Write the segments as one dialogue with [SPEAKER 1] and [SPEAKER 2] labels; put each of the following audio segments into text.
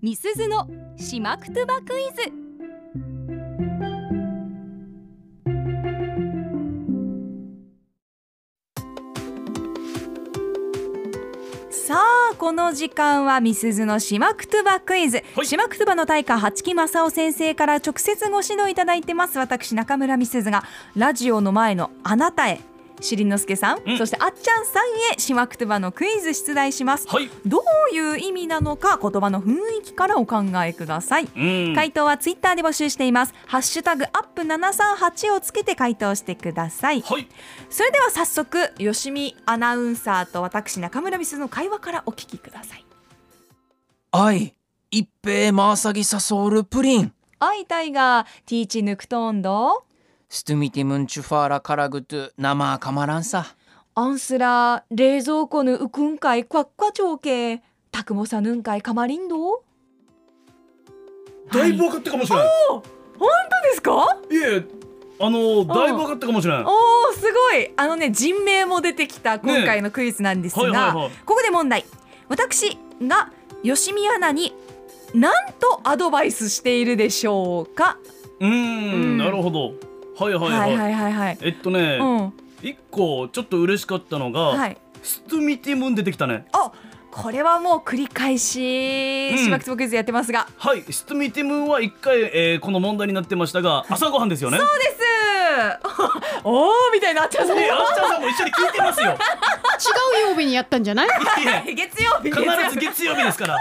[SPEAKER 1] みすずのしまくとばクイズさあこの時間はみすずのしまくとばクイズ、
[SPEAKER 2] はい
[SPEAKER 1] しまくとばの大家八木正夫先生から直接ご指導いただいてます私中村みすずがラジオの前のあなたへしりのすけさん、
[SPEAKER 2] うん
[SPEAKER 1] そしてあっちゃんさんへしまくとばのクイズ出題します、
[SPEAKER 2] はい。
[SPEAKER 1] どういう意味なのか言葉の雰囲気からお考えください、
[SPEAKER 2] うん。
[SPEAKER 1] 回答はツイッターで募集していますハッシュタグアップ738をつけて回答してください
[SPEAKER 2] はい。
[SPEAKER 1] それでは早速吉見アナウンサーと私中村美鈴の会話からお聞きください
[SPEAKER 3] あい、一平まさぎさそうるプリン。
[SPEAKER 1] あいタイガーティーチ抜くとんど
[SPEAKER 3] ストゥミティムンチュファーラカラグトゥ生カマランサ。
[SPEAKER 1] アンスラ冷蔵庫ぬうくんかいクワックワちょうけたくもさぬんかいかまりんど
[SPEAKER 2] だいぶ分かったかもしれない。
[SPEAKER 1] 本当ですか
[SPEAKER 2] いえいえ、あのだいぶ分かったかもしれない。は
[SPEAKER 1] おおすごいあのね人名も出てきた今回のクイズなんですが、
[SPEAKER 2] いはいはい。
[SPEAKER 1] ここで問題私が吉見アナになんとアドバイスしているでしょうか
[SPEAKER 2] うー
[SPEAKER 1] うん
[SPEAKER 2] ん、なるほど。はいはいはい。
[SPEAKER 1] いはいはい
[SPEAKER 2] えっとね、
[SPEAKER 1] うん
[SPEAKER 2] 一個ちょっと嬉しかったの
[SPEAKER 1] は
[SPEAKER 2] が、
[SPEAKER 1] い
[SPEAKER 2] ストゥミティムン出てきたね。
[SPEAKER 1] あこれはもう繰り返し
[SPEAKER 2] うん
[SPEAKER 1] しばくつぼクイズやってますが、
[SPEAKER 2] はい、ストゥミティムンは一回、えー、この問題になってましたが、朝ごはんですよね。そう
[SPEAKER 1] です おおみたいになっちゃうぞ
[SPEAKER 2] ね、あっちゃんさんも一緒に聞いてますよ。
[SPEAKER 4] 違う曜日にやったんじゃない
[SPEAKER 2] いえ
[SPEAKER 1] 月曜日
[SPEAKER 2] 必ず
[SPEAKER 1] 月曜日
[SPEAKER 2] 月曜日です から。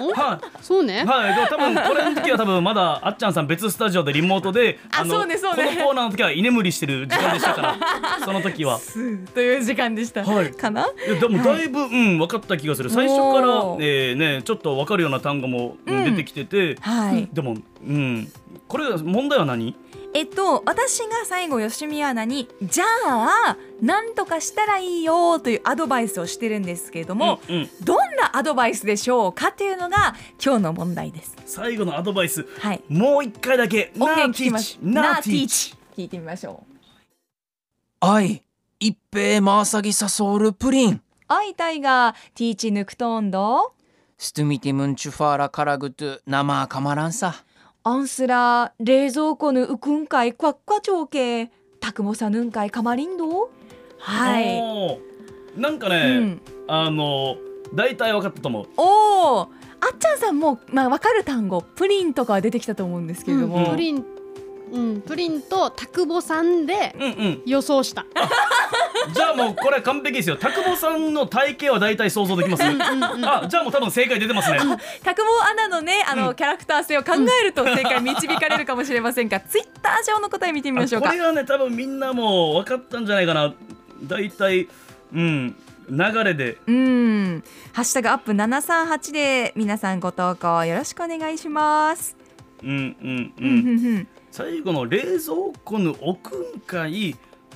[SPEAKER 4] お
[SPEAKER 2] は
[SPEAKER 4] そう
[SPEAKER 2] い、
[SPEAKER 4] ね
[SPEAKER 2] はい、でも多分これの時は多分まだあっちゃんさん別スタジオでリモートで、
[SPEAKER 1] あ
[SPEAKER 2] の
[SPEAKER 1] そうねそうね
[SPEAKER 2] このコーナーの時は居眠りしてる時間でしたから、 その時は。
[SPEAKER 1] すーという時間でした、
[SPEAKER 2] はい
[SPEAKER 1] かない
[SPEAKER 2] やでもだいぶ、うん分かった気がする。最初から
[SPEAKER 1] おー
[SPEAKER 2] えー、ねちょっと分かるような単語も、うん
[SPEAKER 1] うん
[SPEAKER 2] 出てきてて、
[SPEAKER 1] はい、
[SPEAKER 2] でもうんこれ問題は何？
[SPEAKER 1] えっと私が最後吉見アナにじゃあなんとかしたらいいよというアドバイスをしてるんですけれども、
[SPEAKER 2] うんうん
[SPEAKER 1] どんなアドバイスでしょうかというのが今日の問題です。
[SPEAKER 2] 最後のアドバイス
[SPEAKER 1] はい。
[SPEAKER 2] もう一回だけ。
[SPEAKER 1] 音源
[SPEAKER 2] なあ
[SPEAKER 1] 聞きます。
[SPEAKER 2] teach なあ
[SPEAKER 1] あ
[SPEAKER 2] teach
[SPEAKER 1] teach 聞いてみましょう。
[SPEAKER 3] あい、一平まさぎさそうるプリン。
[SPEAKER 1] あいたいがティーチ抜くとんど。
[SPEAKER 3] ストゥミティムンチュファーラカラグトゥ生カマランサ。
[SPEAKER 1] アンスラ冷蔵庫ぬうくんかいクワックワちょうけたくもさぬんかいかまりんど。はい。
[SPEAKER 2] おー。なんかね、
[SPEAKER 1] うん。
[SPEAKER 2] あの大体分かったと思う。
[SPEAKER 1] おお。あっちゃんさんもまあわかる単語プリンとかは出てきたと思うんですけれども。
[SPEAKER 2] うん
[SPEAKER 4] プリンうんプリンとタクボさんで
[SPEAKER 2] うんうん。
[SPEAKER 4] 予想した
[SPEAKER 2] じゃあもうこれは完璧ですよ。タクボさんの体型は大体想像できます。あ、じゃあもう多分正解出てますね。
[SPEAKER 1] たくもアナのねあの、
[SPEAKER 2] うん
[SPEAKER 1] キャラクター性を考えると正解導かれるかもしれません が、ツイッター上の答え見てみましょ
[SPEAKER 2] あ
[SPEAKER 1] うか
[SPEAKER 2] これがね多分みんなもう分かったんじゃないかな。大体うん流れで。
[SPEAKER 1] うん、ハッシュタグアップ七三八で皆さんご投稿よろしくお願いします。
[SPEAKER 2] うんうんう
[SPEAKER 1] うん
[SPEAKER 2] ん。
[SPEAKER 1] うんうん、
[SPEAKER 2] 最後の冷蔵庫の奥んかい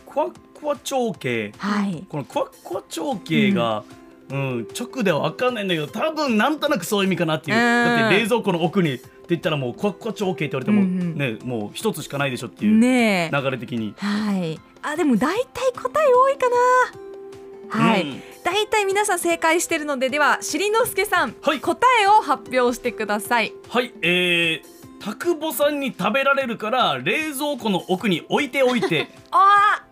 [SPEAKER 2] クワックワ長径。
[SPEAKER 1] はい。
[SPEAKER 2] このクワックワ長径が、うん直では分かんないんだけど多分なんとなくそういう意味かなっていう、
[SPEAKER 1] うん
[SPEAKER 2] だって冷蔵庫の奥にって言ったらもうクワックワ長径って言われても、
[SPEAKER 1] うんうん
[SPEAKER 2] ねもう一つしかないでしょっていう
[SPEAKER 1] ねえ。
[SPEAKER 2] 流れ的に、
[SPEAKER 1] はい。あ、でも大体答え多いかな。は
[SPEAKER 2] う
[SPEAKER 1] い。
[SPEAKER 2] ん
[SPEAKER 1] 大体皆さん正解してるので、ではしりのすけさん、
[SPEAKER 2] はい
[SPEAKER 1] 答えを発表してください。
[SPEAKER 2] はいえー、タクボさんに食べられるから冷蔵庫の奥に置いてお いて
[SPEAKER 1] ああ、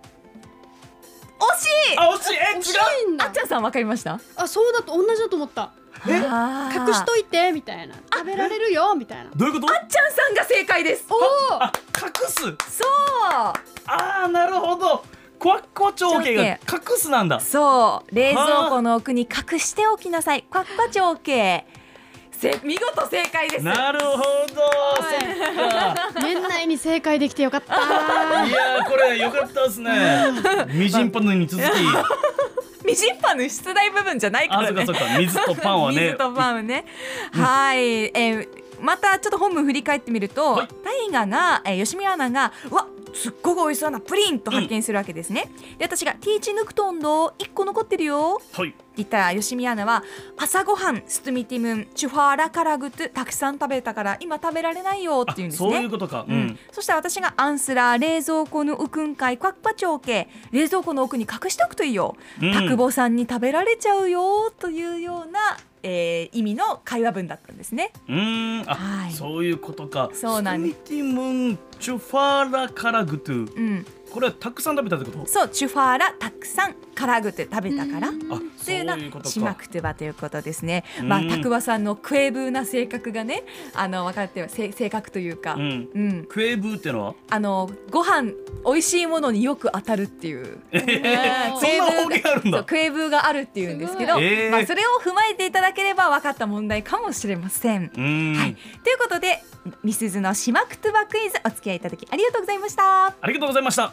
[SPEAKER 1] 惜しい。
[SPEAKER 2] あ惜しいえ
[SPEAKER 4] 惜
[SPEAKER 2] 違
[SPEAKER 4] し
[SPEAKER 2] う
[SPEAKER 4] いん
[SPEAKER 1] あっ
[SPEAKER 4] だ
[SPEAKER 1] ちゃんさんわかりました。
[SPEAKER 4] あそうだと同じだと思った
[SPEAKER 2] え
[SPEAKER 1] あー
[SPEAKER 4] 隠し。といてみたいな食べられるよみたいな
[SPEAKER 2] どういうこと
[SPEAKER 1] あっちゃんさんが正解です。
[SPEAKER 4] おお
[SPEAKER 2] あ隠す
[SPEAKER 1] そう。
[SPEAKER 2] あーなるほどクワックワ長径が隠すなんだ
[SPEAKER 1] そう冷蔵庫の奥に隠しておきなさいクワッカ長径せ見事正解です
[SPEAKER 2] なるほどそっか
[SPEAKER 4] 年内に正解できてよかった
[SPEAKER 2] いやーこれ良かったで すね。みじんパンに続き、
[SPEAKER 1] みじんパンの出題部分じゃないか
[SPEAKER 2] あ
[SPEAKER 1] ら
[SPEAKER 2] そっ
[SPEAKER 1] ね
[SPEAKER 2] かそっか水とパンはね
[SPEAKER 1] 水。とパンね、はい、えーまたちょっと本文振り返ってみると、
[SPEAKER 2] はい
[SPEAKER 1] 大河が、えー、吉見アナがうわすっごく美味しそうなプリンと発見するわけですね、で私が「ティーチヌクトンド一個残ってるよ」
[SPEAKER 2] はい。
[SPEAKER 1] って言ったら吉見アナは朝ごはんストゥミティムンチュファーラカラグトゥたくさん食べたから今食べられないよっていうん
[SPEAKER 2] あ
[SPEAKER 1] ですね
[SPEAKER 2] そういうことか。
[SPEAKER 1] う
[SPEAKER 2] う
[SPEAKER 1] んん。、そしたら私がアンスラー冷蔵庫のうくんかいクワッパチョウケ冷蔵庫の奥に隠しておくといいよ、
[SPEAKER 2] うん
[SPEAKER 1] タクボさんに食べられちゃうよというようなえー意味の会話文だったんですね。
[SPEAKER 2] うーんあ、
[SPEAKER 1] はい
[SPEAKER 2] そういうことか
[SPEAKER 1] そうなんです
[SPEAKER 2] スティティムンチュファーラカラグトゥ
[SPEAKER 1] うん、
[SPEAKER 2] これはたくさん食べたってこと
[SPEAKER 1] そうチュファーラたくさんカラグトゥ食べたから。
[SPEAKER 2] あ
[SPEAKER 1] という
[SPEAKER 2] そういうこ
[SPEAKER 1] の
[SPEAKER 2] と
[SPEAKER 1] しま
[SPEAKER 2] か
[SPEAKER 1] くてばということですね。まあ
[SPEAKER 2] うん
[SPEAKER 1] たくわさんのクエブーな性格がね、あの分かっては性性格というか、
[SPEAKER 2] う
[SPEAKER 1] うん、
[SPEAKER 2] んクエブーってのは
[SPEAKER 1] あのご飯美味しいものによく当たるっていう。うん
[SPEAKER 2] そんな方言あるん
[SPEAKER 1] そう
[SPEAKER 2] だ
[SPEAKER 1] クエブーがあるっていうんですけど
[SPEAKER 2] すごいえー
[SPEAKER 1] まあ、それを踏まえていただければ分かった問題かもしれません。
[SPEAKER 2] うーん、
[SPEAKER 1] はい、ということでみすずの「しまくとばクイズ」お付き合いいただきありがとうございました。
[SPEAKER 2] ありがとうございました